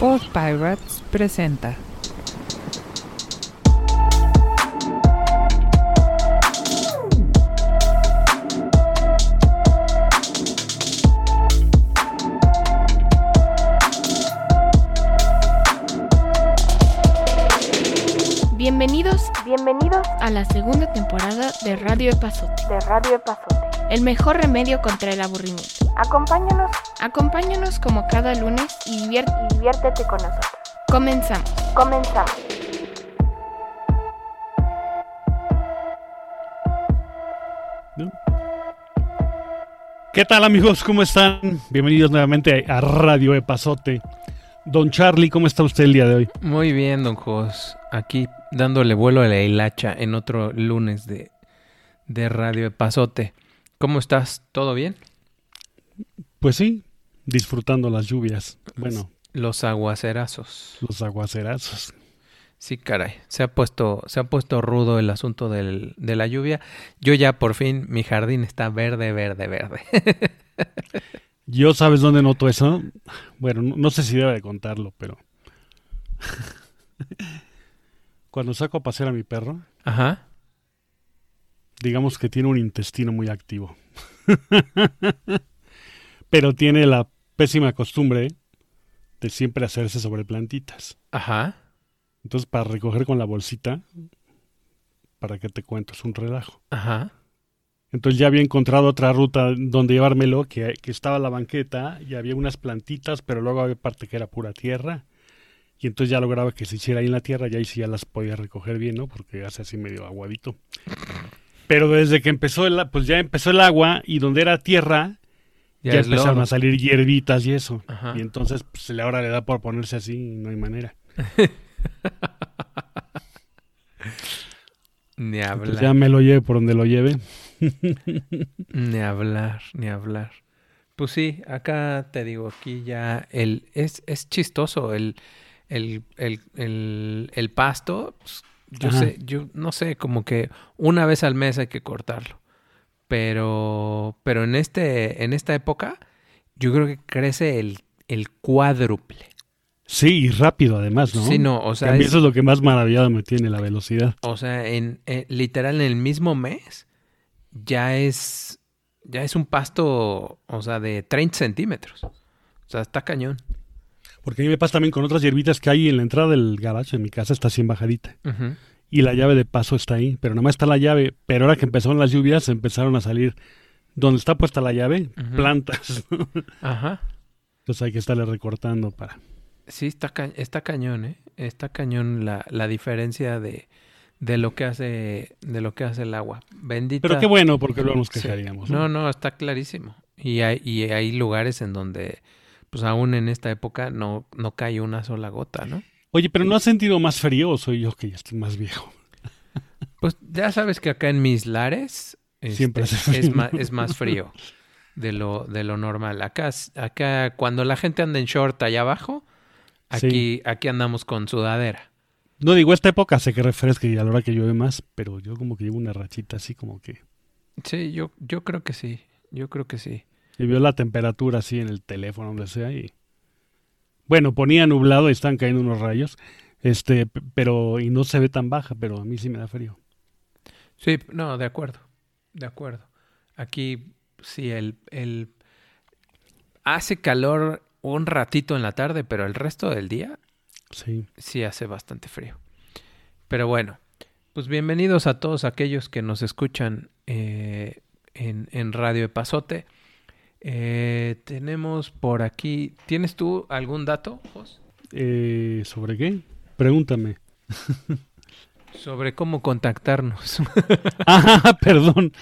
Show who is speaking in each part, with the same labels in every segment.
Speaker 1: Old Pirates presenta.
Speaker 2: Bienvenidos
Speaker 3: Bienvenidos
Speaker 2: a la segunda temporada de Radio Epazote,
Speaker 3: de Radio Epazote.
Speaker 2: el mejor remedio contra el aburrimiento.
Speaker 3: Acompáñanos
Speaker 2: Acompáñanos como cada lunes y diviértete.
Speaker 3: y diviértete con nosotros.
Speaker 2: Comenzamos.
Speaker 3: Comenzamos.
Speaker 4: ¿Qué tal amigos? ¿Cómo están? Bienvenidos nuevamente a Radio Epazote. Don Charlie, ¿cómo está usted el día de hoy?
Speaker 5: Muy bien, don Jos. Aquí dándole vuelo a la hilacha en otro lunes de, de Radio Pasote. ¿Cómo estás? ¿Todo bien?
Speaker 4: Pues sí, disfrutando las lluvias. Bueno,
Speaker 5: Los aguacerazos.
Speaker 4: los aguacerazos.
Speaker 5: Sí, caray. Se ha puesto, se ha puesto rudo el asunto del- de la lluvia. Yo ya por fin, mi jardín está verde, verde, verde.
Speaker 4: ¿Yo sabes dónde noto eso? Bueno, no, no sé si deba de contarlo, pero... Cuando saco a pasear a mi perro,
Speaker 5: Ajá.
Speaker 4: digamos que tiene un intestino muy activo. pero tiene la pésima costumbre de siempre hacerse sobre plantitas.
Speaker 5: Ajá.
Speaker 4: Entonces, para recoger con la bolsita, ¿para qué te cuento? Es un relajo.
Speaker 5: Ajá.
Speaker 4: Entonces ya había encontrado otra ruta donde llevármelo, que, que estaba la banqueta y había unas plantitas, pero luego había parte que era pura tierra. Y entonces ya lograba que se hiciera ahí en la tierra y ahí sí ya las podía recoger bien, ¿no? Porque hace así medio aguadito. Pero desde que empezó el, a- pues ya empezó el agua y donde era tierra, ya,
Speaker 5: es
Speaker 4: empezaron
Speaker 5: lodo. Ah.
Speaker 4: a salir hierbitas y eso.
Speaker 5: Ajá.
Speaker 4: Y entonces pues, le- ahora le da por ponerse así y no hay manera.
Speaker 5: Ni
Speaker 4: Entonces,
Speaker 5: hablar.
Speaker 4: ya me lo lleve por donde lo lleve.
Speaker 5: Ni hablar, ni hablar. Pues sí, acá te digo, aquí ya el, es, es chistoso el, el, el, el, el pasto. pues, yo
Speaker 4: Ajá.
Speaker 5: sé, yo no sé, como que una vez al mes hay que cortarlo. Pero, pero en este, en esta época, yo creo que crece el, el cuádruple.
Speaker 4: Sí, y rápido además, ¿no?
Speaker 5: Sí, no, o
Speaker 4: Que
Speaker 5: sea,
Speaker 4: a mí
Speaker 5: es-
Speaker 4: eso es lo que más maravillado me tiene, la velocidad.
Speaker 5: o sea, en, eh, literal en el mismo mes ya es, ya es un pasto, o sea, de 30 centímetros. O sea, está cañón.
Speaker 4: Porque a mí me pasa también con otras hierbitas que hay en la entrada del garaje de mi casa, está así en bajadita.
Speaker 5: Ujú.
Speaker 4: Y la llave de paso está ahí, pero nada más está la llave. Pero ahora que empezaron las lluvias, empezaron a salir donde está puesta la llave,
Speaker 5: Ujú.
Speaker 4: plantas.
Speaker 5: Ajá.
Speaker 4: Entonces hay que estarle recortando para...
Speaker 5: Sí, está, ca- está cañón, ¿eh? Está cañón la, la diferencia de, de lo que hace de lo que hace el agua. Bendita.
Speaker 4: Pero qué bueno, porque luego nos
Speaker 5: Sí.
Speaker 4: quejaríamos.
Speaker 5: No,
Speaker 4: ¿no?
Speaker 5: no, está clarísimo. Y hay, y hay lugares en donde, pues aún en esta época, no, no cae una sola gota, ¿no?
Speaker 4: Oye, pero ¿no has sentido más frío o soy yo que ya estoy más viejo?
Speaker 5: Pues ya sabes que acá en mis lares este,
Speaker 4: Siempre hace frío,
Speaker 5: es,
Speaker 4: ¿no?
Speaker 5: más, es más frío de lo, de lo normal. Acá, s- acá cuando la gente anda en short allá abajo,
Speaker 4: Sí.
Speaker 5: aquí, aquí andamos con sudadera.
Speaker 4: No digo, esta época sé que refresca y a la hora que llueve más, pero yo como que llevo una rachita así como que...
Speaker 5: Sí, yo, yo creo que sí. Yo creo que sí.
Speaker 4: Y vio la temperatura así en el teléfono, donde sea, y... Bueno, ponía nublado y están cayendo unos rayos, este, p- pero... Y no se ve tan baja, pero a mí sí me da frío.
Speaker 5: Sí, no, de acuerdo. De acuerdo. Aquí sí, el, el... Hace calor un ratito en la tarde, pero el resto del día
Speaker 4: Sí.
Speaker 5: sí hace bastante frío. Pero bueno, pues bienvenidos a todos aquellos que nos escuchan eh, en, en Radio Epazote. Eh, tenemos por aquí... ¿Tienes tú algún dato, Jos?
Speaker 4: Eh, ¿Sobre qué? Pregúntame.
Speaker 5: Sobre cómo contactarnos.
Speaker 4: Ah, perdón.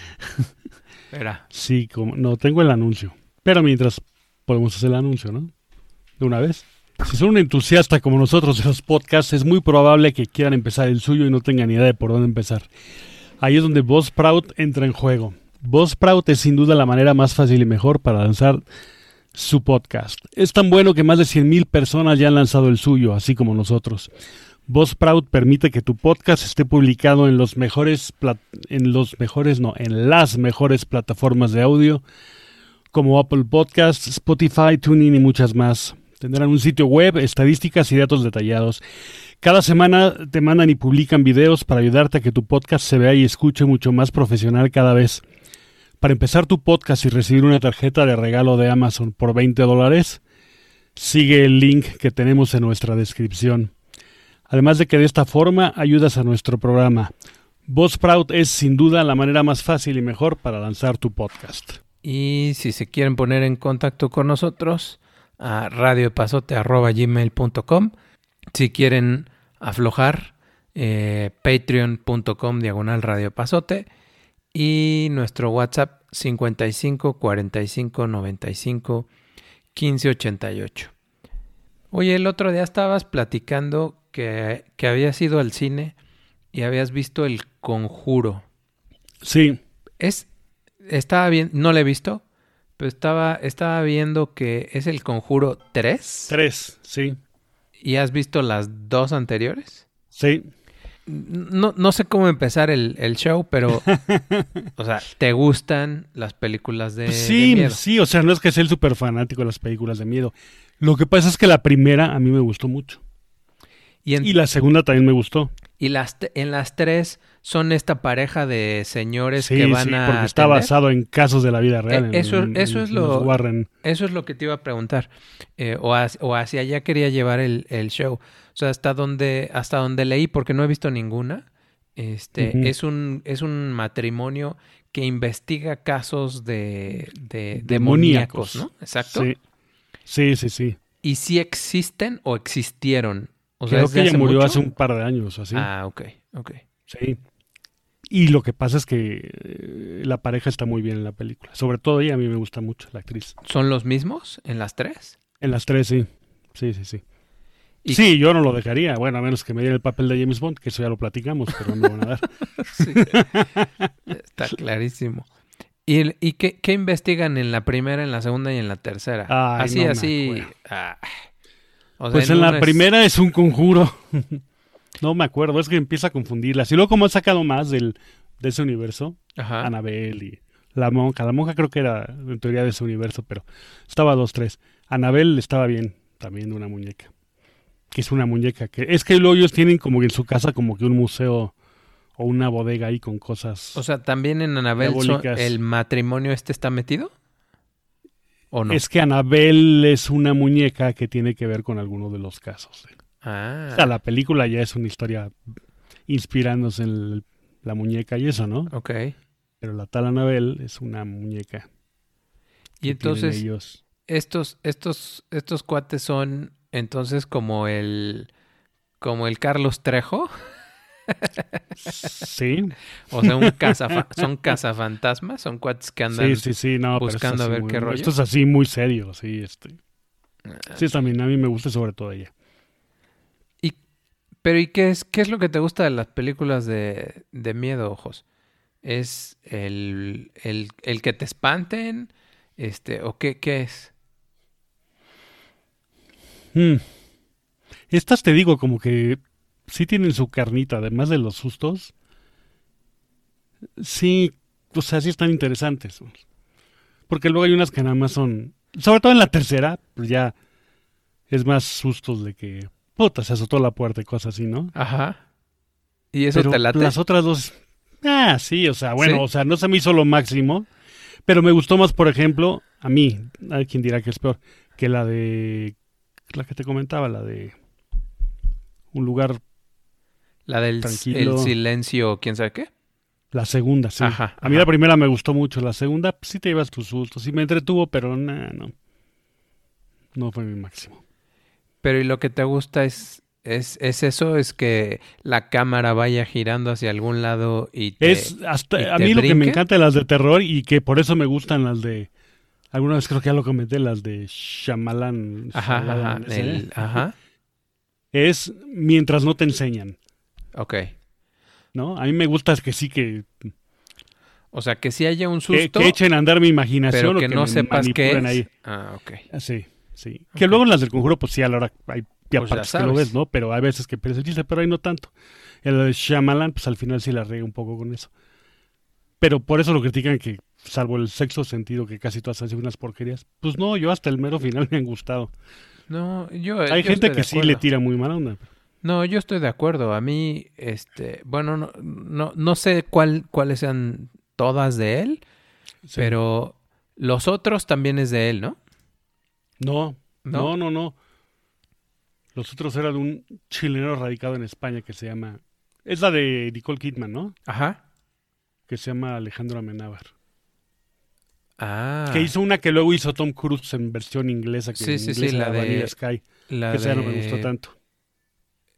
Speaker 5: Espera.
Speaker 4: Sí, como... No, tengo el anuncio. Pero mientras podemos hacer el anuncio, ¿no? De una vez. Si son un entusiasta como nosotros de los podcasts, es muy probable que quieran empezar el suyo y no tengan ni idea de por dónde empezar. Ahí es donde Buzzsprout entra en juego. Buzzsprout es sin duda la manera más fácil y mejor para lanzar su podcast. Es tan bueno que más de 100.000 personas ya han lanzado el suyo, así como nosotros. Buzzsprout permite que tu podcast esté publicado en los mejores plat- en los mejores no, en las mejores plataformas de audio como Apple Podcasts, Spotify, TuneIn y muchas más. Tendrán un sitio web, estadísticas y datos detallados. Cada semana te mandan y publican videos para ayudarte a que tu podcast se vea y escuche mucho más profesional cada vez. Para empezar tu podcast y recibir una tarjeta de regalo de Amazon por 20 dólares, sigue el link que tenemos en nuestra descripción. Además de que de esta forma ayudas a nuestro programa. Buzzsprout es sin duda la manera más fácil y mejor para lanzar tu podcast.
Speaker 5: Y si se quieren poner en contacto con nosotros, a radioepazote.gmail.com. Si quieren aflojar, eh, patreon.com diagonal radiopazote. Y nuestro WhatsApp 55 45 95 15 88. Oye, el otro día estabas platicando que, que habías ido al cine y habías visto El Conjuro.
Speaker 4: Sí,
Speaker 5: Es, estaba bien, no la he visto, pero estaba, estaba viendo que es el conjuro 3.
Speaker 4: tres, sí,
Speaker 5: ¿Y has visto las dos anteriores?
Speaker 4: sí.
Speaker 5: No, no sé cómo empezar el, el show, pero, o sea, ¿te gustan las películas Eh, de, de
Speaker 4: Pues sí,
Speaker 5: miedo?
Speaker 4: sí, o sea, no es que sea el súper fanático de las películas de miedo. Lo que pasa es que la primera a mí me gustó mucho.
Speaker 5: Y, en,
Speaker 4: Y la segunda también me gustó.
Speaker 5: y las, t- en las tres son esta pareja de señores
Speaker 4: Sí,
Speaker 5: que van
Speaker 4: sí,
Speaker 5: a
Speaker 4: porque está
Speaker 5: atender.
Speaker 4: basado en casos de la vida real.
Speaker 5: Eh,
Speaker 4: en-
Speaker 5: eso-
Speaker 4: en-
Speaker 5: eso es
Speaker 4: en
Speaker 5: lo-
Speaker 4: los Warren.
Speaker 5: Eso es lo que te iba a preguntar. eh, o, hac- o hacia allá quería llevar el, el show. O sea, hasta donde, hasta donde leí, porque no he visto ninguna. Este,
Speaker 4: Ujú.
Speaker 5: es un, es un matrimonio que investiga casos de, de- eh, demoníacos,
Speaker 4: Demoníacos.
Speaker 5: ¿no? Exacto.
Speaker 4: Sí. sí, sí, sí.
Speaker 5: Y si existen o existieron. O sea,
Speaker 4: Creo
Speaker 5: ¿es de
Speaker 4: que ella
Speaker 5: hace
Speaker 4: murió
Speaker 5: mucho?
Speaker 4: hace un par de años, así.
Speaker 5: Ah, ok, ok.
Speaker 4: Sí. Y lo que pasa es que eh, la pareja está muy bien en la película. Sobre todo ella a mí me gusta mucho, la actriz.
Speaker 5: ¿Son los mismos en las tres?
Speaker 4: En las tres, sí. Sí, sí, sí.
Speaker 5: Y-
Speaker 4: Sí, yo no lo dejaría. Bueno, a menos que me diera el papel de James Bond, que eso ya lo platicamos, pero no me lo van a dar.
Speaker 5: Sí. Está clarísimo. ¿Y, el- y qué, qué investigan en la primera, en la segunda y en la tercera?
Speaker 4: Ay,
Speaker 5: así,
Speaker 4: no me
Speaker 5: así.
Speaker 4: acuerdo.
Speaker 5: ah. O sea,
Speaker 4: Pues en
Speaker 5: una
Speaker 4: la
Speaker 5: es-
Speaker 4: primera es un conjuro. no me acuerdo, es que empieza a confundirlas. Y luego como han sacado más del, de ese universo,
Speaker 5: Ajá.
Speaker 4: Anabel y la monja. La monja creo que era en teoría de ese universo, pero estaba dos, tres. Anabel estaba bien, también una muñeca. Que es una muñeca que... Es que luego ellos tienen como que en su casa como que un museo o una bodega ahí con cosas...
Speaker 5: O sea, también en Anabel son-
Speaker 4: Diabólicas.
Speaker 5: el matrimonio este está metido. ¿O no?
Speaker 4: Es que Anabel es una muñeca que tiene que ver con alguno de los casos. O sea,
Speaker 5: Ah,
Speaker 4: la película ya es una historia inspirándose en el- la muñeca y eso, ¿no?
Speaker 5: ok.
Speaker 4: Pero la tal Anabel es una muñeca. que
Speaker 5: Y
Speaker 4: tienen
Speaker 5: entonces,
Speaker 4: ellos.
Speaker 5: estos, estos, estos cuates son entonces como el. como el Carlos Trejo.
Speaker 4: Sí,
Speaker 5: O sea, un cazafa- son cazafantasmas, son cuates que andan.
Speaker 4: sí, sí, sí, no, pero esto es
Speaker 5: buscando a
Speaker 4: así
Speaker 5: ver
Speaker 4: muy-
Speaker 5: qué rollo. Ah,
Speaker 4: Esto es así muy serio, sí, este. Sí, también a mí me gusta sobre todo ella.
Speaker 5: Pero ¿y qué es, qué es lo que te gusta de las películas de, de miedo, ojos? ¿Es el, el, el que te espanten? Este, ¿O qué, qué es?
Speaker 4: Mm. Estas te digo como que sí tienen su carnita, además de los sustos. Sí, o sea, sí están interesantes. Porque luego hay unas que nada más son, sobre todo en la tercera, pues ya es más sustos de que, puta, se azotó la puerta y cosas así, ¿no?
Speaker 5: Ajá. ¿Y eso
Speaker 4: Pero
Speaker 5: te late?
Speaker 4: Las otras dos. Ah, sí, o sea, bueno,
Speaker 5: ¿Sí?
Speaker 4: o sea, no se me hizo lo máximo. Pero me gustó más, por ejemplo, a mí, hay quien dirá que es peor, que la de. La que te comentaba, la de. Un lugar,
Speaker 5: La del s-
Speaker 4: Tranquilo.
Speaker 5: el silencio, quién sabe qué.
Speaker 4: la segunda, sí.
Speaker 5: Ajá,
Speaker 4: a mí
Speaker 5: ajá.
Speaker 4: la primera me gustó mucho, la segunda pues, sí te llevas tu susto, sí me entretuvo, pero nah, no. No fue mi máximo.
Speaker 5: Pero ¿y lo que te gusta es, es, es eso? ¿Es que la cámara vaya girando hacia algún lado y te...
Speaker 4: Es
Speaker 5: y
Speaker 4: hasta. A
Speaker 5: te
Speaker 4: mí lo que me
Speaker 5: brinca?
Speaker 4: encanta de las de terror y que por eso me gustan las de. Alguna vez creo que ya lo comenté, las de Shyamalan.
Speaker 5: Ajá, ajá,
Speaker 4: Shyamalan, ese,
Speaker 5: el-
Speaker 4: ¿eh?
Speaker 5: ajá.
Speaker 4: es mientras no te enseñan,
Speaker 5: Ok.
Speaker 4: ¿no? A mí me gusta que sí que,
Speaker 5: O sea, que si haya un
Speaker 4: que-
Speaker 5: susto,
Speaker 4: que echen a andar mi imaginación
Speaker 5: pero
Speaker 4: o
Speaker 5: que no
Speaker 4: me
Speaker 5: sepas qué es.
Speaker 4: manipulen ahí.
Speaker 5: Ah, ok.
Speaker 4: Ah, Sí, sí.
Speaker 5: Ok.
Speaker 4: Que luego las del conjuro, pues sí, a la hora hay ya
Speaker 5: Pues ya
Speaker 4: partes que lo
Speaker 5: sabes.
Speaker 4: ves, ¿no? Pero hay veces que pierdes el chiste, pero ahí no tanto. El de Shyamalan, pues al final sí la regué un poco con eso. Pero por eso lo critican que, salvo el sexo sentido, que casi todas hacen unas porquerías, pues no, yo hasta el mero final me han gustado.
Speaker 5: No, Eh, yo.
Speaker 4: Hay
Speaker 5: yo estoy
Speaker 4: gente
Speaker 5: de
Speaker 4: que sí
Speaker 5: acuerdo.
Speaker 4: le tira muy mala onda.
Speaker 5: No, yo estoy de acuerdo. A mí, este, bueno, no, no, no sé cuál, cuáles sean todas de él,
Speaker 4: Sí.
Speaker 5: pero los otros también es de él, ¿no?
Speaker 4: No, no,
Speaker 5: ¿No?
Speaker 4: no, no. Los otros eran de un chileno radicado en España que se llama. Es la de Nicole Kidman, ¿no?
Speaker 5: Ajá.
Speaker 4: Que se llama Alejandro Amenábar.
Speaker 5: Ah.
Speaker 4: Que hizo una que luego hizo Tom Cruise en versión inglesa. Que
Speaker 5: Sí,
Speaker 4: en
Speaker 5: sí, sí,
Speaker 4: inglés era
Speaker 5: la de-
Speaker 4: Vanilla Sky.
Speaker 5: la
Speaker 4: que esa ya no me
Speaker 5: de-
Speaker 4: gustó tanto.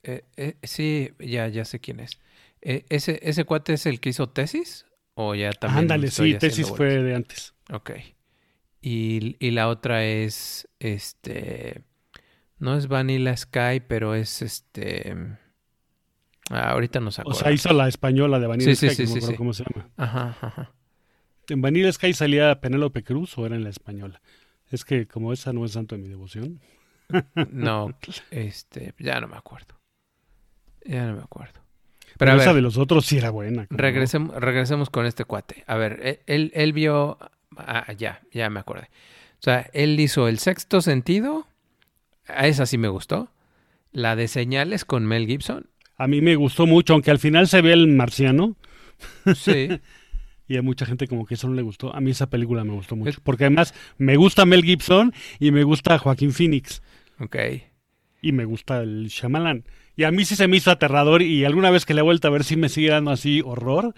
Speaker 5: eh, eh, sí, ya, ya sé quién es. Eh, ¿ese, ¿Ese cuate es el que hizo tesis? ¿O ya también
Speaker 4: Ándale,
Speaker 5: estoy
Speaker 4: sí, tesis
Speaker 5: haciendo
Speaker 4: fue
Speaker 5: bolas?
Speaker 4: de antes.
Speaker 5: Ok. Y, y la otra es, este, no es Vanilla Sky, pero es, este, ah, ahorita no se
Speaker 4: O
Speaker 5: acuerda.
Speaker 4: sea, hizo la española de Vanilla
Speaker 5: Sí, sí,
Speaker 4: Sky, que no
Speaker 5: sí,
Speaker 4: me acuerdo
Speaker 5: sí, sí.
Speaker 4: cómo se llama.
Speaker 5: Ajá, ajá.
Speaker 4: ¿En Vanilla Sky salía Penélope Cruz o era en la española? Es que como esa no es santo de mi devoción.
Speaker 5: No, este, ya no me acuerdo. Ya no me acuerdo. Pero,
Speaker 4: Pero,
Speaker 5: a
Speaker 4: esa
Speaker 5: ver,
Speaker 4: de los otros sí era buena. ¿cómo no?
Speaker 5: regresem- regresemos con este cuate. A ver, e- él, él vio. Ah, ya, ya me acordé. O sea, él hizo el sexto sentido. A esa sí me gustó. La de señales con Mel Gibson.
Speaker 4: A mí me gustó mucho, aunque al final se ve el marciano
Speaker 5: Sí.
Speaker 4: y a mucha gente como que eso no le gustó. A mí esa película me gustó mucho, porque además me gusta Mel Gibson y me gusta Joaquín Phoenix
Speaker 5: ok.
Speaker 4: y me gusta el Shyamalan. Y a mí sí se me hizo aterrador y alguna vez que la he vuelto a ver sí me sigue dando así horror.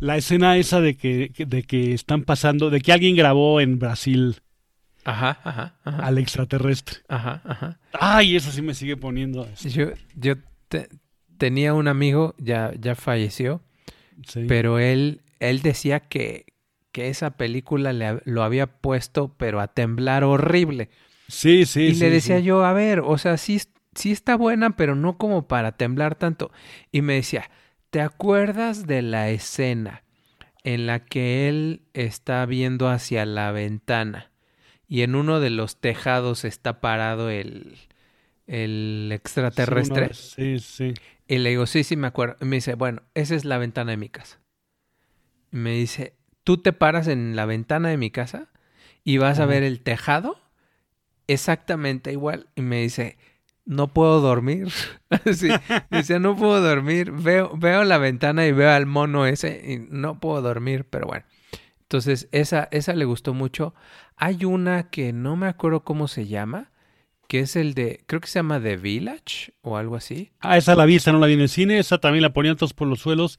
Speaker 4: La escena esa de que, de que están pasando, de que alguien grabó en Brasil
Speaker 5: Ajá, ajá, ajá.
Speaker 4: al extraterrestre.
Speaker 5: Ajá, ajá.
Speaker 4: Ay, eso sí me sigue poniendo. este,
Speaker 5: Yo, yo te- tenía un amigo, ya, ya falleció.
Speaker 4: sí.
Speaker 5: Pero él, él decía que, que esa película le ha- lo había puesto, pero a temblar horrible.
Speaker 4: sí, sí.
Speaker 5: y
Speaker 4: sí,
Speaker 5: le decía
Speaker 4: sí.
Speaker 5: yo, a ver, o sea, sí, es- sí está buena, pero no como para temblar tanto. Y me decía, ¿te acuerdas de la escena en la que él está viendo hacia la ventana y en uno de los tejados está parado el, el extraterrestre?
Speaker 4: Sí, sí.
Speaker 5: Y le digo, sí, sí, me acuerdo. Y me dice, bueno, esa es la ventana de mi casa. Y me dice, tú te paras en la ventana de mi casa y vas a
Speaker 4: Ajá.
Speaker 5: ver el tejado exactamente igual. Y me dice, no puedo dormir. Así. Dice, no puedo dormir. Veo, veo la ventana y veo al mono ese y no puedo dormir, pero bueno. Entonces, esa, esa le gustó mucho. Hay una que no me acuerdo cómo se llama, que es el de, creo que se llama The Village o algo así.
Speaker 4: Ah, esa la vi, esa no la vi en el cine, esa también la ponían todos por los suelos.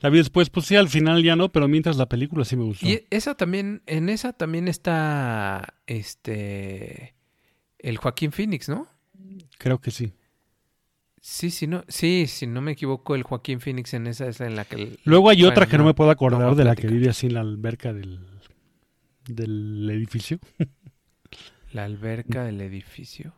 Speaker 4: La vi después, pues sí, al final ya no, pero mientras la película sí me gustó.
Speaker 5: Y esa también, en esa también está este el Joaquín Phoenix, ¿no?
Speaker 4: Creo que sí.
Speaker 5: Sí, sí, no, sí, si no me equivoco, el Joaquín Phoenix en esa es en la que el-
Speaker 4: Luego hay otra
Speaker 5: Bueno,
Speaker 4: que no, me puedo acordar
Speaker 5: no voy a
Speaker 4: de la que
Speaker 5: platicar.
Speaker 4: vive así en la alberca del, del edificio,
Speaker 5: la alberca del edificio.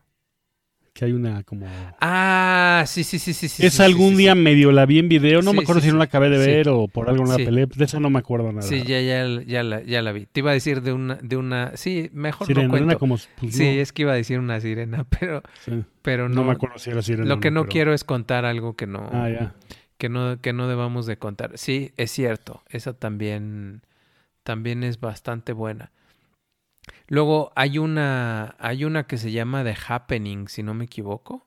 Speaker 4: que hay una como...
Speaker 5: Ah, sí, sí, sí, sí, sí.
Speaker 4: es
Speaker 5: sí, sí,
Speaker 4: algún
Speaker 5: sí,
Speaker 4: día medio la vi en video, no
Speaker 5: Sí,
Speaker 4: me acuerdo
Speaker 5: sí,
Speaker 4: si no la acabé de
Speaker 5: sí.
Speaker 4: ver o por algo no la
Speaker 5: Sí.
Speaker 4: peleé, de esa no me acuerdo nada.
Speaker 5: Sí, Sí, ya, ya, ya la, ya la vi. Te iba a decir de una, de una, sí, mejor
Speaker 4: Sirena,
Speaker 5: no
Speaker 4: era
Speaker 5: cuento.
Speaker 4: como... pues,
Speaker 5: Sí,
Speaker 4: no,
Speaker 5: es que iba a decir una sirena, pero,
Speaker 4: sí.
Speaker 5: pero
Speaker 4: No
Speaker 5: no.
Speaker 4: me acuerdo si era sirena. o
Speaker 5: Lo que no
Speaker 4: pero-
Speaker 5: quiero es contar algo que no.
Speaker 4: Ah, ya.
Speaker 5: que no, que no debamos de contar. Sí, es cierto, esa también, también es bastante buena. Luego hay una, hay una que se llama The Happening, si no me equivoco,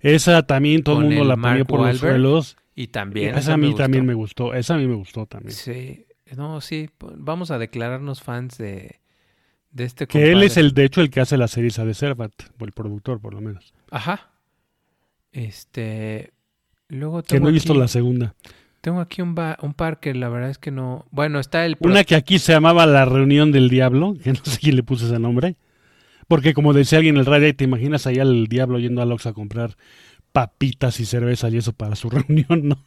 Speaker 4: Esa también todo el
Speaker 5: Con
Speaker 4: mundo
Speaker 5: el
Speaker 4: la ponía
Speaker 5: Mark
Speaker 4: por los
Speaker 5: Wahlberg.
Speaker 4: suelos.
Speaker 5: y también.
Speaker 4: esa a mí
Speaker 5: gustó.
Speaker 4: también me gustó, esa a mí me gustó también.
Speaker 5: Sí, no, sí, p- vamos a declararnos fans de, de este
Speaker 4: Que él
Speaker 5: compadre.
Speaker 4: es el, de hecho, el que hace la ceriza de Servat, o el productor, por lo menos.
Speaker 5: Ajá. Este, luego
Speaker 4: Que
Speaker 5: tengo
Speaker 4: no he visto
Speaker 5: aquí,
Speaker 4: la segunda.
Speaker 5: tengo aquí un, ba- un par que la verdad es que no... Bueno, está el... pro-
Speaker 4: Una que aquí se llamaba La Reunión del Diablo, que no sé quién le puso ese nombre. Porque como decía alguien en el radio, te imaginas allá al diablo yendo a Lox a comprar papitas y cerveza y eso para su reunión, ¿no?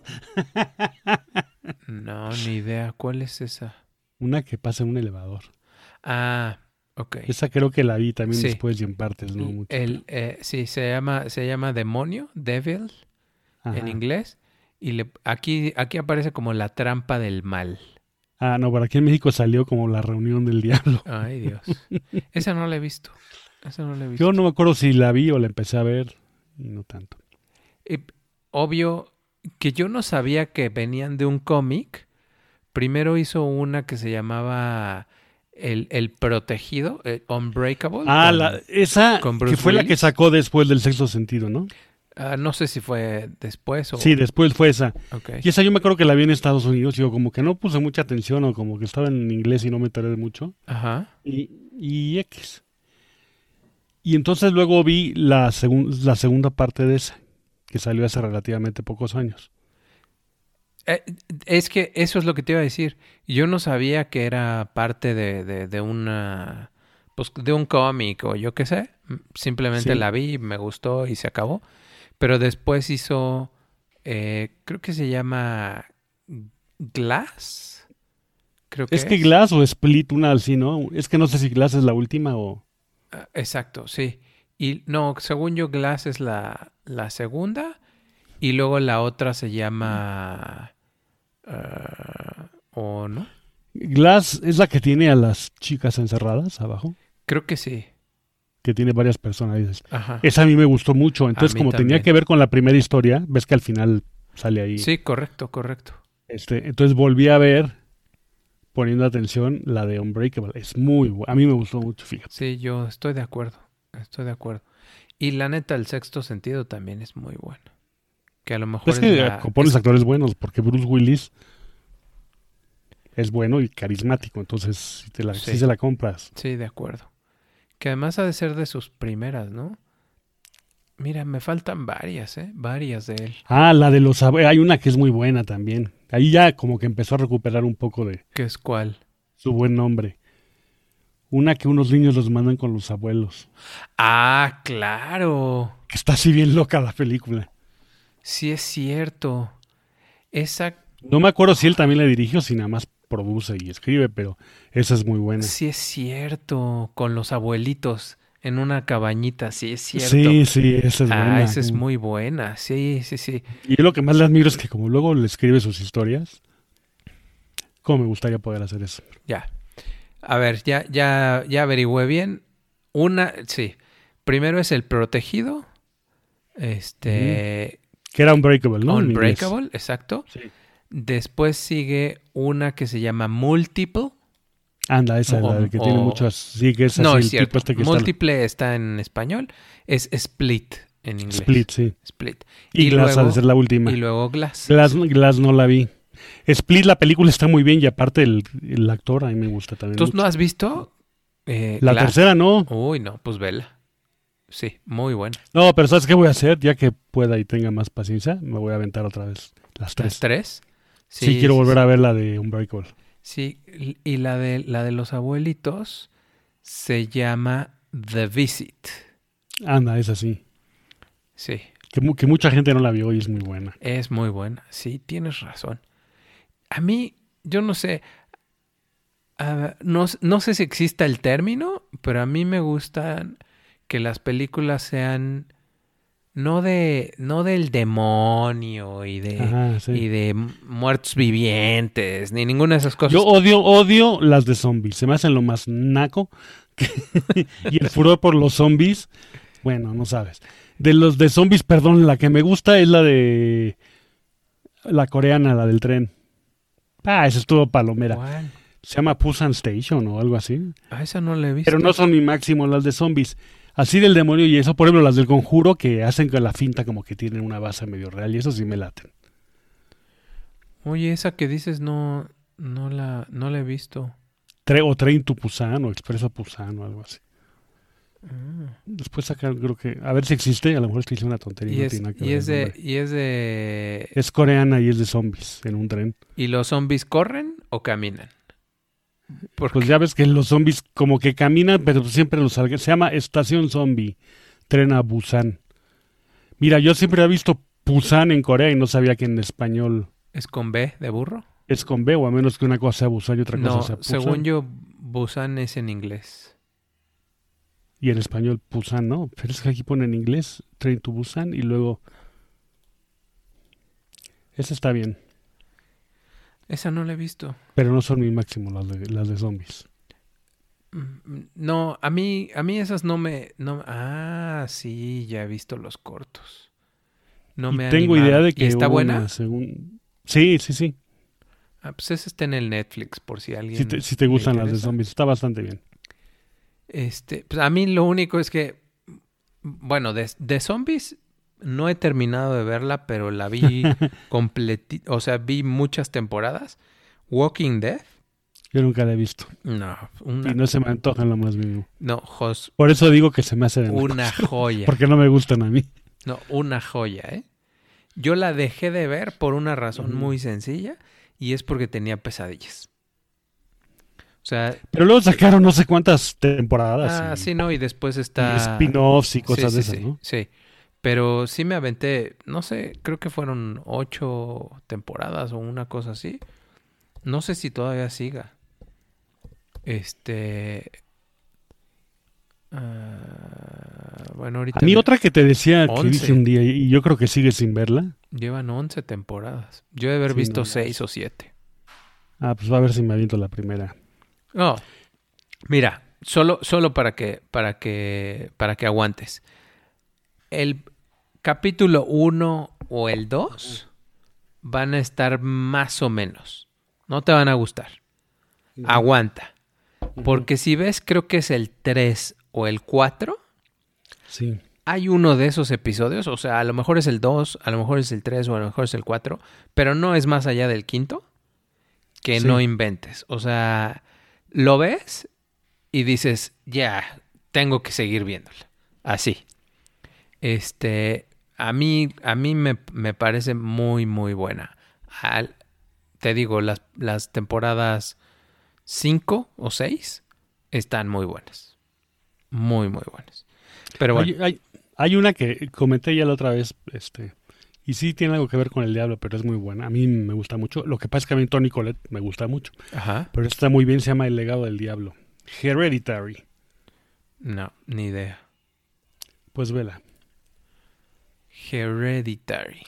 Speaker 5: No, ni idea. ¿Cuál es esa?
Speaker 4: Una que pasa en un elevador.
Speaker 5: Ah, ok.
Speaker 4: Esa creo que la vi también
Speaker 5: Sí.
Speaker 4: después y en partes, ¿no? Mucho.
Speaker 5: El, eh, sí, se llama, se llama demonio, devil
Speaker 4: Ajá.
Speaker 5: en inglés. Y le, aquí, aquí aparece como la trampa del mal.
Speaker 4: Ah, no, para aquí en México salió como La Reunión del Diablo.
Speaker 5: Ay, Dios. Esa no la he visto. Esa no la he visto.
Speaker 4: Yo no me acuerdo si la vi o la empecé a ver, y no tanto.
Speaker 5: Eh, obvio que yo no sabía que venían de un cómic. Primero hizo una que se llamaba eh, el, el protegido, el Unbreakable.
Speaker 4: Ah,
Speaker 5: con-
Speaker 4: la- esa
Speaker 5: con
Speaker 4: que
Speaker 5: Bruce
Speaker 4: fue la que
Speaker 5: Willis.
Speaker 4: sacó después del sexto sentido, ¿no?
Speaker 5: ah, no sé si fue después o.
Speaker 4: Sí, después fue esa.
Speaker 5: Ok.
Speaker 4: Y esa yo me acuerdo que la vi en Estados Unidos y yo como que no puse mucha atención o como que estaba en inglés y no me tardé mucho.
Speaker 5: Ajá.
Speaker 4: Y, y X. Y entonces luego vi la, segun- la segunda parte de esa, que salió hace relativamente pocos años.
Speaker 5: Eh, es que eso es lo que te iba a decir. Yo no sabía que era parte de, de, de una. Pues de un cómic o yo qué sé. Simplemente
Speaker 4: Sí.
Speaker 5: la vi, me gustó y se acabó. Pero después hizo. eh, creo que se llama. Glass. Creo que
Speaker 4: Es que Glass o Split, una así, ¿no? Es que no sé si Glass es la última o...
Speaker 5: Ah, Exacto, sí. Y no, según yo, Glass es la, la segunda. Y luego la otra se llama. ah, ¿O no?
Speaker 4: Glass es la que tiene a las chicas encerradas abajo,
Speaker 5: Creo que sí.
Speaker 4: que tiene varias personalidades.
Speaker 5: Ajá.
Speaker 4: Esa a mí me gustó mucho. Entonces,
Speaker 5: mí
Speaker 4: como tenía
Speaker 5: también.
Speaker 4: que ver con la primera historia, ves que al final sale ahí.
Speaker 5: Sí, correcto, correcto.
Speaker 4: Este, entonces volví a ver, poniendo atención, la de Unbreakable. Es muy buena. A mí me gustó mucho, fíjate.
Speaker 5: Sí, yo estoy de acuerdo. Estoy de acuerdo. Y la neta, el sexto sentido también es muy bueno. Que a lo mejor
Speaker 4: Es que
Speaker 5: la-
Speaker 4: compones
Speaker 5: es-
Speaker 4: actores buenos, porque Bruce Willis es bueno y carismático. Entonces, si, te la,
Speaker 5: Sí.
Speaker 4: sí se la compras.
Speaker 5: Sí, de acuerdo. Que además ha de ser de sus primeras, ¿no? Mira, me faltan varias, ¿eh? Varias de él.
Speaker 4: Ah, la de los... ab- Hay una que es muy buena también. Ahí ya como que empezó a recuperar un poco de
Speaker 5: ¿Qué es cuál?
Speaker 4: su buen nombre. Una que unos niños los mandan con los abuelos.
Speaker 5: Ah, claro.
Speaker 4: Que está así bien loca la película.
Speaker 5: Sí es cierto. Esa
Speaker 4: No me acuerdo si él también la dirigió, si nada más produce y escribe, pero esa es muy buena.
Speaker 5: sí es cierto. Con los abuelitos en una cabañita, sí es cierto.
Speaker 4: Sí, sí, esa es buena.
Speaker 5: Ah, esa es muy buena. Sí, sí, sí.
Speaker 4: Y yo lo que más le admiro es que como luego le escribe sus historias, cómo me gustaría poder hacer eso.
Speaker 5: Ya. A ver, ya, ya, ya averigüé bien. Una, sí. Primero es el protegido. Este.
Speaker 4: Que era Unbreakable, ¿no? En inglés.
Speaker 5: Unbreakable, exacto.
Speaker 4: Sí.
Speaker 5: Después sigue una que se llama Multiple.
Speaker 4: Anda, esa es
Speaker 5: O-
Speaker 4: la del que tiene
Speaker 5: o-
Speaker 4: muchas. Sí, que es así,
Speaker 5: no,
Speaker 4: el
Speaker 5: es cierto.
Speaker 4: tipo este que
Speaker 5: Múltiple está... en español. Es Split en inglés.
Speaker 4: está. Split, sí.
Speaker 5: Split.
Speaker 4: Y, Glass ha de ser la última.
Speaker 5: y luego Glass.
Speaker 4: Glass, Glass no la vi. Split, la película está muy bien y aparte el, el actor a mí me gusta también.
Speaker 5: ¿Tú no
Speaker 4: mucho.
Speaker 5: has visto eh,
Speaker 4: la
Speaker 5: Glass?
Speaker 4: tercera no.
Speaker 5: Uy, no, pues vela. Sí, muy buena.
Speaker 4: No, pero ¿sabes qué voy a hacer? Ya que pueda y tenga más paciencia, me voy a aventar otra vez las
Speaker 5: ¿Las
Speaker 4: tres.
Speaker 5: tres?
Speaker 4: Sí, quiero volver a ver la de Unbreakable.
Speaker 5: Sí, l- y la de, la de los abuelitos se llama The Visit.
Speaker 4: Anda, es así.
Speaker 5: Sí,
Speaker 4: Que, mu- que mucha gente no la vio y es muy buena.
Speaker 5: es muy buena. Sí, tienes razón. A mí, yo no sé, ah, no, s- no sé si exista el término, pero a mí me gustan que las películas sean no de no del demonio y de
Speaker 4: Ajá, sí.
Speaker 5: Eh, y de muertos vivientes ni ninguna de esas cosas.
Speaker 4: Yo odio, odio las de zombies. Se me hacen lo más naco. que- y el furor por los zombies. Bueno, no sabes. De los de zombies, perdón, la que me gusta es la de. La coreana, la del tren. Ah, esa estuvo palomera.
Speaker 5: ¿Cuál?
Speaker 4: Se llama Busan Station o algo así.
Speaker 5: A esa no la he visto.
Speaker 4: Pero no son mi máximo las de zombies. Así del demonio y eso, por ejemplo, las del conjuro que hacen que la finta como que tienen una base medio real y eso sí me laten.
Speaker 5: Oye, esa que dices no, no la, no la he visto.
Speaker 4: Tre- o Train to Busan o Expreso a Busan o algo así. Después acá creo que, a ver si existe, a lo mejor es que hice una tontería.
Speaker 5: Y
Speaker 4: no
Speaker 5: es,
Speaker 4: tiene nada que
Speaker 5: y
Speaker 4: ver
Speaker 5: es
Speaker 4: el
Speaker 5: de,
Speaker 4: nombre.
Speaker 5: y es de,
Speaker 4: Es coreana y es de zombies en un tren.
Speaker 5: y los zombies corren o caminan. Porque
Speaker 4: Pues ya ves que los zombies como que caminan, pero siempre los alg- Se llama Estación Zombie, tren a Busan. Mira, yo siempre he visto Busan en Corea y no sabía que en español
Speaker 5: es con B de burro.
Speaker 4: es con B, o a menos que una cosa sea Busan y otra cosa
Speaker 5: No,
Speaker 4: sea Busan.
Speaker 5: según yo, Busan es en inglés.
Speaker 4: Y en español, Busan, ¿no? Pero es que aquí pone en inglés Train to Busan y luego... Esa está bien,
Speaker 5: Esa no la he visto.
Speaker 4: pero no son mi máximo las de, las de zombies.
Speaker 5: Mm, No, a mí, a mí esas no me, no, ah, sí, ya he visto los cortos. No
Speaker 4: Y
Speaker 5: me han
Speaker 4: tengo
Speaker 5: animado.
Speaker 4: idea de
Speaker 5: ¿Y
Speaker 4: que
Speaker 5: está
Speaker 4: hubo
Speaker 5: buena.
Speaker 4: una segun- Sí, sí, sí.
Speaker 5: Ah, pues ese está en el Netflix, por si alguien.
Speaker 4: Si te, si te
Speaker 5: le
Speaker 4: gustan las de
Speaker 5: interesa.
Speaker 4: zombies, está bastante bien.
Speaker 5: Este, pues a mí lo único es que, bueno, de, de zombies no he terminado de verla, pero la vi completi, o sea, vi muchas temporadas. Walking Dead,
Speaker 4: Yo nunca la he visto.
Speaker 5: no,
Speaker 4: Y
Speaker 5: una,
Speaker 4: no se me antojan lo más mínimo.
Speaker 5: no, Jos,
Speaker 4: Por eso digo que se me hace de naco,
Speaker 5: una joya,
Speaker 4: Porque no me gustan a mí.
Speaker 5: no, una joya, ¿eh? Yo la dejé de ver por una razón muy sencilla y es porque tenía pesadillas. O sea,
Speaker 4: Pero luego sacaron no sé cuántas temporadas.
Speaker 5: ah,
Speaker 4: y-
Speaker 5: sí, no, y después
Speaker 4: y
Speaker 5: está...
Speaker 4: Spin-offs y cosas
Speaker 5: sí,
Speaker 4: de
Speaker 5: sí,
Speaker 4: esas,
Speaker 5: sí,
Speaker 4: ¿no?
Speaker 5: Sí. Pero sí me aventé, no sé, creo que fueron ocho temporadas o una cosa así. No sé si todavía siga. Este. ah, bueno, ahorita.
Speaker 4: A mí
Speaker 5: le-
Speaker 4: otra que te decía que
Speaker 5: Once.
Speaker 4: dije un día y yo creo que sigue sin verla.
Speaker 5: Llevan once temporadas. Yo he de haber
Speaker 4: Sí,
Speaker 5: visto
Speaker 4: no, ya
Speaker 5: seis o siete.
Speaker 4: Ah, pues va a ver si me aviento la primera.
Speaker 5: No. Mira, solo, solo para que, para que, para que aguantes. El capítulo 1 o el 2 van a estar más o menos. No te van a gustar. Aguanta. Porque si ves, creo que es el 3 o el 4.
Speaker 4: Sí.
Speaker 5: Hay uno de esos episodios, o sea, a lo mejor es el 2, a lo mejor es el 3 o a lo mejor es el 4, pero no es más allá del quinto que
Speaker 4: Sí.
Speaker 5: no inventes. O sea, lo ves y dices, ya, tengo que seguir viéndola. Así. Este, a mí, a mí me, me parece muy, muy buena. Al- te digo, las, las temporadas 5 o 6 están muy buenas. Muy, muy buenas. Pero bueno.
Speaker 4: Hay, hay- hay una que comenté ya la otra vez, este, y sí tiene algo que ver con el diablo, pero es muy buena. A mí me gusta mucho. Lo que pasa es que a mí Tony Colette me gusta mucho,
Speaker 5: Ajá.
Speaker 4: pero está muy bien, se llama El legado del diablo. Hereditary.
Speaker 5: No, ni idea.
Speaker 4: Pues vela.
Speaker 5: Hereditary.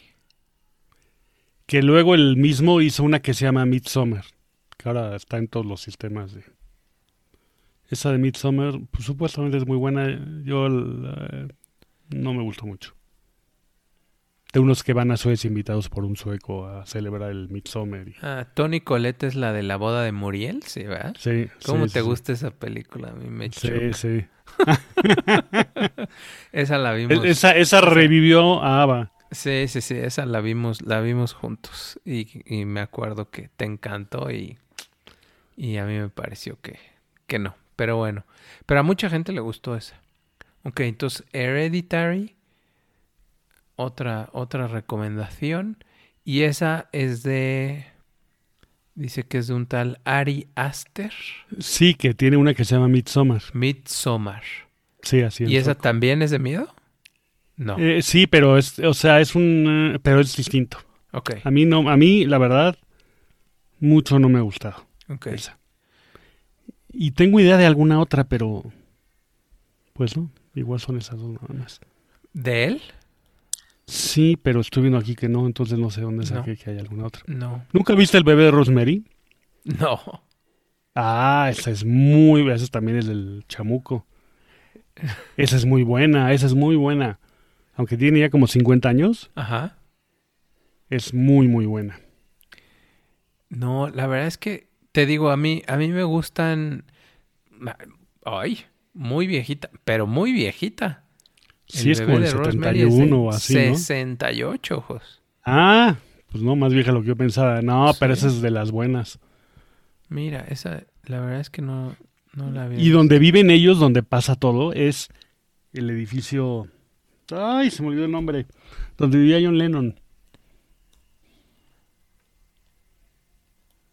Speaker 4: Que luego el mismo hizo una que se llama Midsummer, que ahora está en todos los sistemas de... Esa de Midsummer, pues, supuestamente es muy buena. Yo la- no me gustó mucho. De unos que van a Suecia invitados por un sueco a celebrar el Midsummer. y-
Speaker 5: Ah, Tony Colette es la de la boda de Muriel, sí, ¿verdad?
Speaker 4: Sí,
Speaker 5: ¿Cómo
Speaker 4: sí,
Speaker 5: te
Speaker 4: sí,
Speaker 5: gusta esa película? A mí me
Speaker 4: Sí,
Speaker 5: choca.
Speaker 4: sí.
Speaker 5: Esa la vimos.
Speaker 4: E- Esa, esa revivió a Ava.
Speaker 5: Sí, sí, sí, esa la vimos, la vimos juntos. Y, y me acuerdo que te encantó y, y a mí me pareció que, que no. Pero bueno, pero a mucha gente le gustó esa. Ok, entonces Hereditary, otra, otra recomendación. Y esa es de, dice que es de un tal Ari Aster,
Speaker 4: Sí, que tiene una que se llama Midsommar.
Speaker 5: Midsommar.
Speaker 4: Sí, así es.
Speaker 5: ¿Y esa también es de miedo? No.
Speaker 4: Eh, sí, pero es, o sea, es un, eh, pero es distinto.
Speaker 5: Ok,
Speaker 4: A mí no, a mí la verdad mucho no me ha gustado
Speaker 5: ok.
Speaker 4: esa. Y tengo idea de alguna otra, pero pues no, igual son esas dos nada más.
Speaker 5: ¿De él?
Speaker 4: Sí, pero estoy viendo aquí que no, entonces no sé dónde
Speaker 5: No.
Speaker 4: saqué que hay alguna otra.
Speaker 5: No.
Speaker 4: ¿Nunca viste el bebé de Rosemary?
Speaker 5: No.
Speaker 4: Ah, esa es muy, esa también es del chamuco. Esa es muy buena, esa es muy buena. Aunque tiene ya como 50 años,
Speaker 5: Ajá.
Speaker 4: es muy, muy buena.
Speaker 5: No, la verdad es que te digo, a mí, a mí me gustan. Ay, muy viejita, pero muy viejita.
Speaker 4: Sí, es como
Speaker 5: bebé
Speaker 4: el
Speaker 5: de Rosemary es de
Speaker 4: 71 o así, ¿no?
Speaker 5: 68 ojos.
Speaker 4: Ah, pues no, más vieja lo que yo pensaba. No, pero
Speaker 5: Sí.
Speaker 4: esa es de las buenas.
Speaker 5: Mira, esa, la verdad es que no, no la vi.
Speaker 4: Y donde viven ellos, donde pasa todo, es el edificio. Ay, se me olvidó el nombre. Donde vivía John Lennon.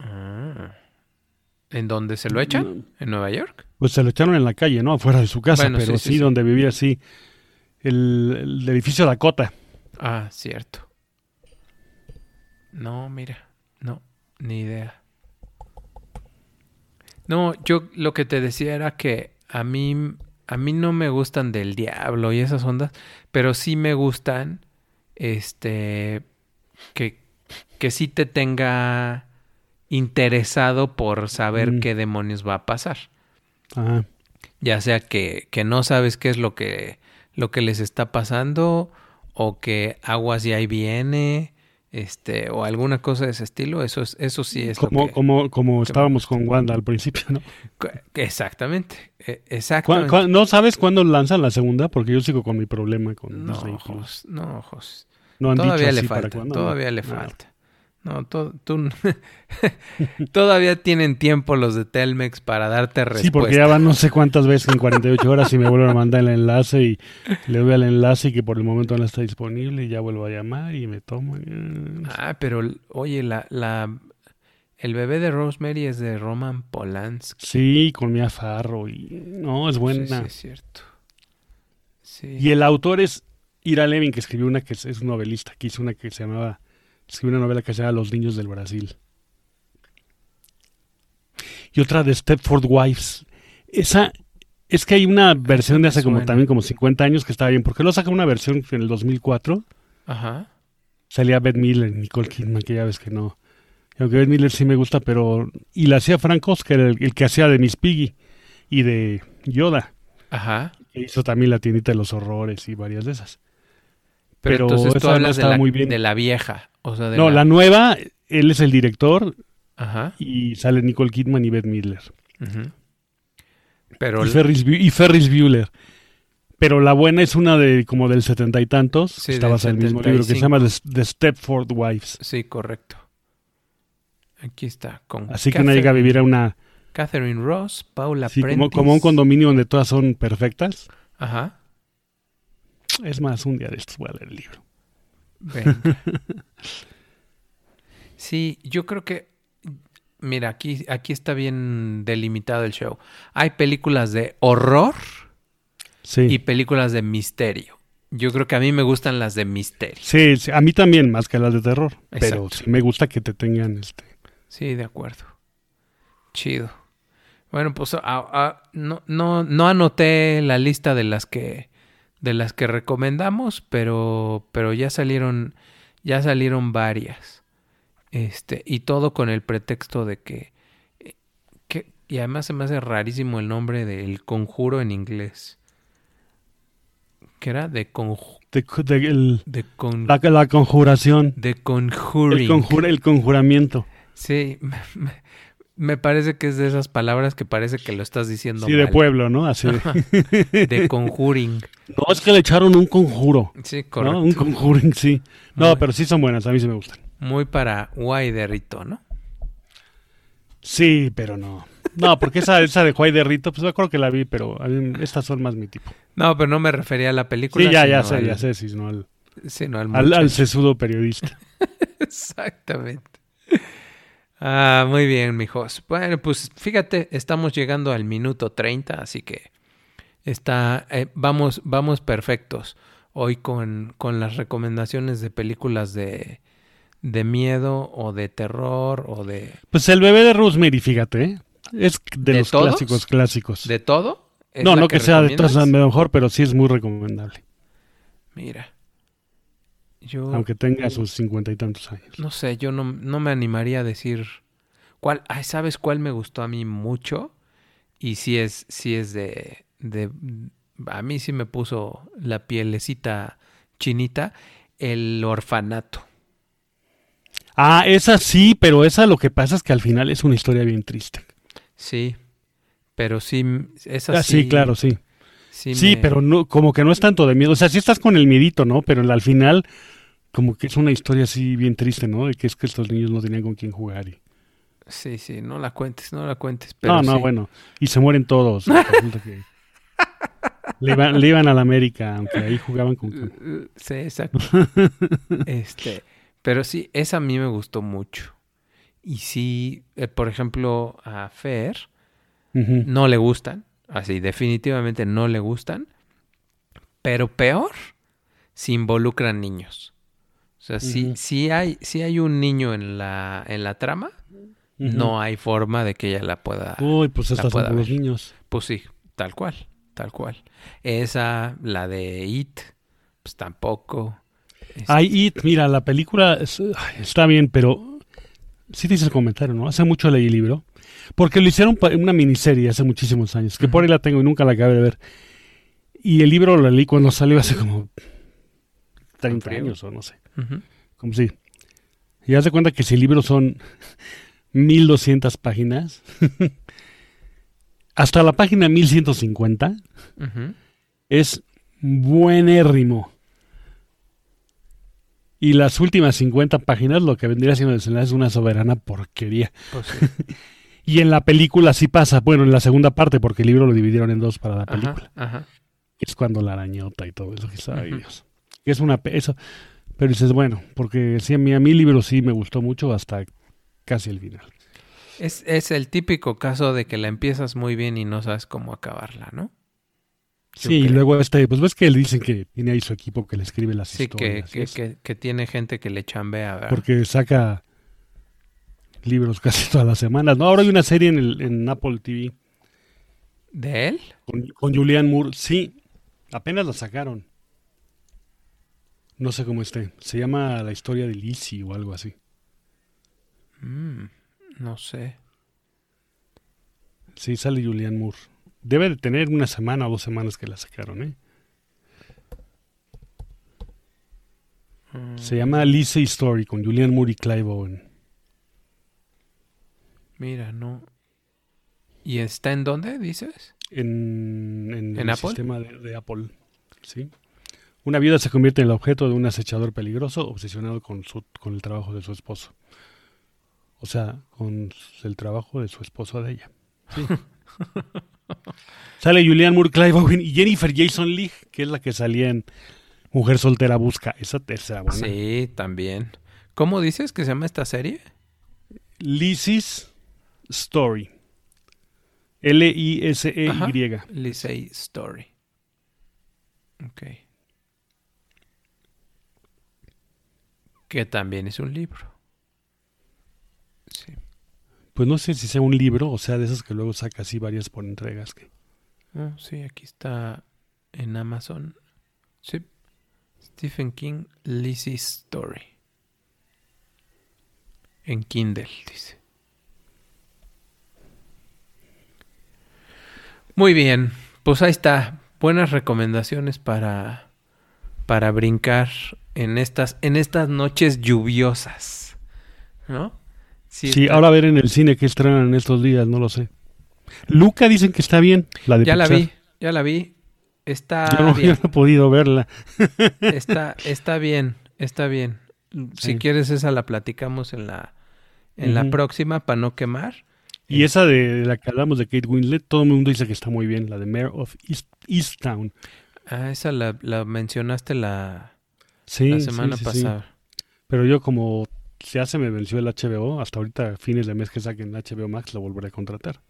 Speaker 5: Ah. ¿En dónde se lo
Speaker 4: Mm.
Speaker 5: echan? ¿En Nueva York?
Speaker 4: Pues se lo echaron en la calle, ¿no? Afuera de su casa,
Speaker 5: Bueno,
Speaker 4: pero
Speaker 5: sí,
Speaker 4: sí,
Speaker 5: sí, sí.
Speaker 4: donde vivía así. El, el edificio Dakota.
Speaker 5: Ah, cierto. No, mira, no, ni idea. No, yo lo que te decía era que a mí, a mí no me gustan del diablo y esas ondas, pero sí me gustan, este, que, que sí te tenga interesado por saber
Speaker 4: Mm.
Speaker 5: qué demonios va a pasar.
Speaker 4: Ajá.
Speaker 5: Ya sea que, que no sabes qué es lo que, lo que les está pasando o que aguas y ahí viene, este, o alguna cosa de ese estilo, eso, es, eso sí es lo
Speaker 4: como,
Speaker 5: que-
Speaker 4: como, como
Speaker 5: que-
Speaker 4: estábamos con Wanda al principio, ¿no?
Speaker 5: que- que Exactamente, eh,
Speaker 4: ¿Cuá-
Speaker 5: exactamente.
Speaker 4: cuá- ¿No sabes cuándo lanzan la segunda? Porque yo sigo con mi problema con
Speaker 5: No,
Speaker 4: Disney Plus.
Speaker 5: ojos, no, ojos.
Speaker 4: No han dicho
Speaker 5: Todavía le
Speaker 4: así para
Speaker 5: falta,
Speaker 4: cuándo.
Speaker 5: todavía le
Speaker 4: Ah,
Speaker 5: falta. No, to- tú- todavía tienen tiempo los de Telmex para darte respuesta.
Speaker 4: Sí, porque ya van no sé cuántas veces en 48 horas y me vuelven a mandar el enlace y le doy al enlace y que por el momento no está disponible y ya vuelvo a llamar y me tomo. eh,
Speaker 5: Ah, pero oye, la, la, el bebé de Rosemary es de Roman Polanski.
Speaker 4: Sí, con mi afarro y no, es buena.
Speaker 5: Sí, sí, es cierto. Sí.
Speaker 4: Y el autor es Ira Levin, que escribió una que es, es un novelista, que hizo una que se llamaba, escribió una novela que se llama Los Niños del Brasil. Y otra de Stepford Wives. Esa, es que hay una versión de hace como
Speaker 5: Ah, suena.
Speaker 4: también como 50 años que estaba bien, porque lo saca una versión que en el 2004
Speaker 5: Ajá.
Speaker 4: salía Beth Miller, Nicole Kidman, que ya ves que no. Y Aunque Beth Miller sí me gusta, pero... Y la hacía Francos, que era el, el que hacía de Miss Piggy y de Yoda,
Speaker 5: Ajá.
Speaker 4: que hizo también La tiendita de los horrores y varias de esas.
Speaker 5: Pero,
Speaker 4: Pero
Speaker 5: entonces tú
Speaker 4: esa no
Speaker 5: hablas de
Speaker 4: estaba
Speaker 5: la,
Speaker 4: muy bien.
Speaker 5: de la vieja. O sea, de
Speaker 4: No,
Speaker 5: la...
Speaker 4: la nueva, él es el director
Speaker 5: Ajá.
Speaker 4: y sale Nicole Kidman y Beth Midler.
Speaker 5: ujú. Pero
Speaker 4: Y
Speaker 5: la-
Speaker 4: Ferris, Bu- y Ferris Bueller. Pero la buena es una de como del setenta y tantos.
Speaker 5: Sí,
Speaker 4: Está
Speaker 5: del
Speaker 4: basada en el mismo libro que se
Speaker 5: 75.
Speaker 4: llama The, The Stepford Wives.
Speaker 5: Sí, correcto. Aquí está. Con
Speaker 4: Así que una llega a
Speaker 5: Catherine-
Speaker 4: vivir a una.
Speaker 5: Catherine Ross, Paula
Speaker 4: sí, como,
Speaker 5: Prentice.
Speaker 4: como un condominio donde todas son perfectas.
Speaker 5: Ajá.
Speaker 4: Es más, un día de estos voy a leer el libro.
Speaker 5: Venga. Sí, yo creo que, mira, aquí, aquí está bien delimitado el show. Hay películas de horror
Speaker 4: Sí.
Speaker 5: y películas de misterio. Yo creo que a mí me gustan las de misterio.
Speaker 4: Sí, sí, a mí también, más que las de terror. Pero
Speaker 5: Exacto.
Speaker 4: sí me gusta que te tengan este.
Speaker 5: Sí, de acuerdo. Chido. Bueno, pues a- a- no, no, no anoté la lista de las que de las que recomendamos, pero pero ya salieron ya salieron varias. Este, y todo con el pretexto de que, eh, que y además se me hace rarísimo el nombre del conjuro en inglés. Que era de conju
Speaker 4: de- de- el-
Speaker 5: de con
Speaker 4: la, la conjuración.
Speaker 5: de
Speaker 4: El,
Speaker 5: conjuring.
Speaker 4: conjura, el conjuramiento.
Speaker 5: Sí, me, me- me parece que es de esas palabras que parece que lo estás diciendo
Speaker 4: sí,
Speaker 5: mal.
Speaker 4: de pueblo, ¿no? Así de.
Speaker 5: De conjuring.
Speaker 4: No, es que le echaron un conjuro.
Speaker 5: Sí, correcto.
Speaker 4: ¿no? Un conjuring, sí. No,
Speaker 5: Muy-
Speaker 4: pero sí son buenas, a mí sí me gustan.
Speaker 5: Muy para Guaiderrito, ¿no?
Speaker 4: Sí, pero no. No, porque esa, esa de Juay de Rito, pues me acuerdo que la vi, pero a mí estas son más mi tipo.
Speaker 5: No, pero no me refería a la película.
Speaker 4: Sí, ya, ya
Speaker 5: sino
Speaker 4: sé, ya
Speaker 5: al-
Speaker 4: sé, sí, no, al,
Speaker 5: Sino al,
Speaker 4: al, al
Speaker 5: muchacho.
Speaker 4: sesudo periodista.
Speaker 5: Exactamente. Ah, muy bien, mijos. Bueno, pues fíjate, estamos llegando al minuto 30, así que está, eh, vamos, vamos perfectos hoy con, con las recomendaciones de películas de, de miedo o de terror o de...
Speaker 4: Pues el bebé de Rosemary, fíjate, ¿eh? es de,
Speaker 5: ¿De
Speaker 4: los
Speaker 5: todos?
Speaker 4: clásicos clásicos.
Speaker 5: ¿De todo? ¿Es
Speaker 4: no,
Speaker 5: la
Speaker 4: no que, sea de todas
Speaker 5: recomiendas?
Speaker 4: las mejor, pero sí es muy recomendable,
Speaker 5: Mira. Yo
Speaker 4: aunque tenga sus cincuenta y tantos años.
Speaker 5: no sé, yo no, no me animaría a decir cuál. Ay, ¿sabes cuál me gustó a mí mucho? Y si es, si es de, de- A mí sí me puso la pielecita chinita. El orfanato.
Speaker 4: Ah, esa sí, pero esa lo que pasa es que al final es una historia bien triste.
Speaker 5: Sí. Pero sí, es
Speaker 4: Ah,
Speaker 5: así.
Speaker 4: sí, claro, sí.
Speaker 5: Sí,
Speaker 4: Sí,
Speaker 5: me-
Speaker 4: pero no, como que no es tanto de miedo. O sea, sí estás con el miedito, ¿no? Pero al final, como que es una historia así bien triste, ¿no? De que es que estos niños no tenían con quién jugar. Y...
Speaker 5: Sí, sí, no la cuentes, no la cuentes. Pero
Speaker 4: No, no,
Speaker 5: sí.
Speaker 4: bueno. Y se mueren todos. Resulta que le, iban, le iban a la América, aunque ahí jugaban con...
Speaker 5: Uh, uh, Sí, exacto. este, pero sí, esa a mí me gustó mucho. Y sí, eh, por ejemplo, a Fer
Speaker 4: Ujú.
Speaker 5: no le gustan, así definitivamente no le gustan, pero peor si involucran niños. O sea, si,
Speaker 4: Ujú.
Speaker 5: hay, si hay un niño en la, en la trama, no hay forma de que ella la pueda...
Speaker 4: Uy, pues
Speaker 5: La
Speaker 4: estas son
Speaker 5: pueda
Speaker 4: por los
Speaker 5: ver.
Speaker 4: niños.
Speaker 5: Pues sí, tal cual, tal cual. Esa, la de It, pues tampoco. Este,
Speaker 4: Ay, It, mira, la película es- ay, está bien, pero sí te hice el comentario, ¿no? Hace mucho leí el libro, porque lo hicieron pa- una miniserie hace muchísimos años, que por ahí la tengo y nunca la acabé de ver. Y el libro lo leí cuando salió hace como 30
Speaker 5: Frío.
Speaker 4: años o no sé,
Speaker 5: ujú.
Speaker 4: como sí. Y haz de cuenta que si el libro son 1200 páginas, hasta la página 1150
Speaker 5: Ujú.
Speaker 4: es buenérrimo. Y las últimas 50 páginas, lo que vendría siendo el desenlace, es una soberana porquería.
Speaker 5: Pues sí.
Speaker 4: Y en la película sí pasa, bueno, en la segunda parte, porque el libro lo dividieron en dos para la película.
Speaker 5: Ajá, ajá.
Speaker 4: es cuando la arañota y todo eso, que sabe
Speaker 5: Ujú.
Speaker 4: Dios. Es una pe- eso. Pero dices, bueno, porque sí, a mí, a mí el libro sí me gustó mucho hasta casi el final.
Speaker 5: Es, es el típico caso de que la empiezas muy bien y no sabes cómo acabarla, ¿no? Yo
Speaker 4: Sí, y
Speaker 5: creo.
Speaker 4: luego este, pues ves que le dicen que tiene ahí su equipo que le escribe las
Speaker 5: Sí, que,
Speaker 4: historias. y
Speaker 5: que,
Speaker 4: eso,
Speaker 5: que- que tiene gente que le chambea, ¿verdad?
Speaker 4: Porque saca libros casi todas las semanas. No, ahora hay una serie en, el, en Apple TV
Speaker 5: ¿De él?
Speaker 4: con, con Julian Moore. Sí, apenas la sacaron. No sé cómo esté. Se llama La historia de Lizzie o algo así.
Speaker 5: Mm, no sé.
Speaker 4: Sí, sale Julian Moore. Debe de tener una semana o dos semanas que la sacaron, ¿eh?
Speaker 5: Mm,
Speaker 4: Se llama Lizzie Story con Julian Moore y Clive Owen.
Speaker 5: Mira, no. ¿Y está en dónde, dices?
Speaker 4: En, en
Speaker 5: ¿En
Speaker 4: el
Speaker 5: Apple?
Speaker 4: sistema de, de Apple. ¿sí? Una viuda se convierte en el objeto de un acechador peligroso obsesionado con, su, con el trabajo de su esposo. O sea, con el trabajo de su esposo de ella. Sí. Sale Julian Moore, Clive Owen y Jennifer Jason Leigh, que es la que salía en Mujer Soltera Busca. Esa tercera, buena.
Speaker 5: Sí, también. ¿Cómo dices que se llama esta serie?
Speaker 4: Lizzie's Story. L-I-S-E-Y.
Speaker 5: Lisey Story. Ok. Que también es un libro. Sí.
Speaker 4: Pues no sé si sea un libro, o sea, de esas que luego saca así varias por entregas. que-
Speaker 5: Ah, sí, aquí está en Amazon. Sí. Stephen King, Lizzie Story. En Kindle, dice. Muy bien, pues ahí está. Buenas recomendaciones para, para brincar en estas, en estas noches lluviosas. ¿No?
Speaker 4: Sí,
Speaker 5: está-
Speaker 4: ahora a ver en el cine que estrenan en estos días, no lo sé. Luca dicen que está bien, la de
Speaker 5: Ya la
Speaker 4: Pixar.
Speaker 5: vi, ya la vi. Está
Speaker 4: Yo no, yo
Speaker 5: bien.
Speaker 4: no he podido verla.
Speaker 5: Está, está bien, está bien. Si
Speaker 4: Sí.
Speaker 5: quieres esa la platicamos en la, en la
Speaker 4: Ujú.
Speaker 5: próxima para no quemar.
Speaker 4: Y esa de la que hablamos de Kate Winslet, todo el mundo dice que está muy bien, la de Mayor of East, Easttown.
Speaker 5: Ah, esa la, la mencionaste la,
Speaker 4: Sí,
Speaker 5: la
Speaker 4: sí,
Speaker 5: semana
Speaker 4: sí, sí.
Speaker 5: pasada.
Speaker 4: Pero yo como ya se me venció el HBO, hasta ahorita fines de mes que saquen HBO Max lo volveré a contratar.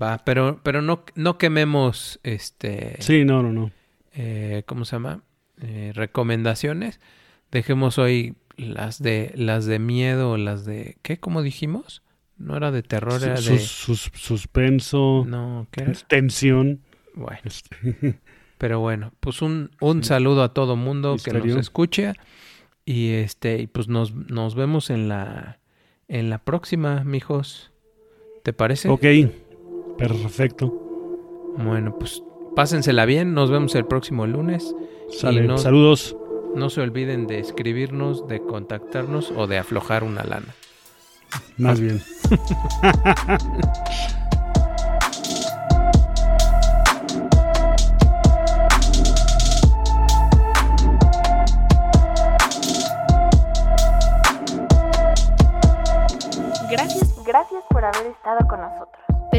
Speaker 5: Va, pero, pero no, no quememos este
Speaker 4: Sí, no, no, no.
Speaker 5: eh, ¿cómo se llama? Eh, recomendaciones. Dejemos hoy las de las de miedo, las de ¿qué? ¿Cómo dijimos? No era de terror, era
Speaker 4: Sus- sus- suspenso,
Speaker 5: de no, ¿qué era?
Speaker 4: tensión.
Speaker 5: Bueno.
Speaker 4: este,
Speaker 5: Pero bueno, pues un, un saludo a todo mundo que
Speaker 4: Misterio.
Speaker 5: nos escuche. Y este, y pues nos, nos vemos en la en la próxima, mijos. ¿Te parece?
Speaker 4: Ok, perfecto.
Speaker 5: Bueno, pues pásensela bien, nos vemos el próximo lunes.
Speaker 4: Sale.
Speaker 5: no-
Speaker 4: Saludos.
Speaker 5: No se olviden de escribirnos, de contactarnos o de aflojar una lana.
Speaker 4: Más bien.
Speaker 2: Gracias.
Speaker 3: Gracias por haber estado con nosotros.
Speaker 2: Te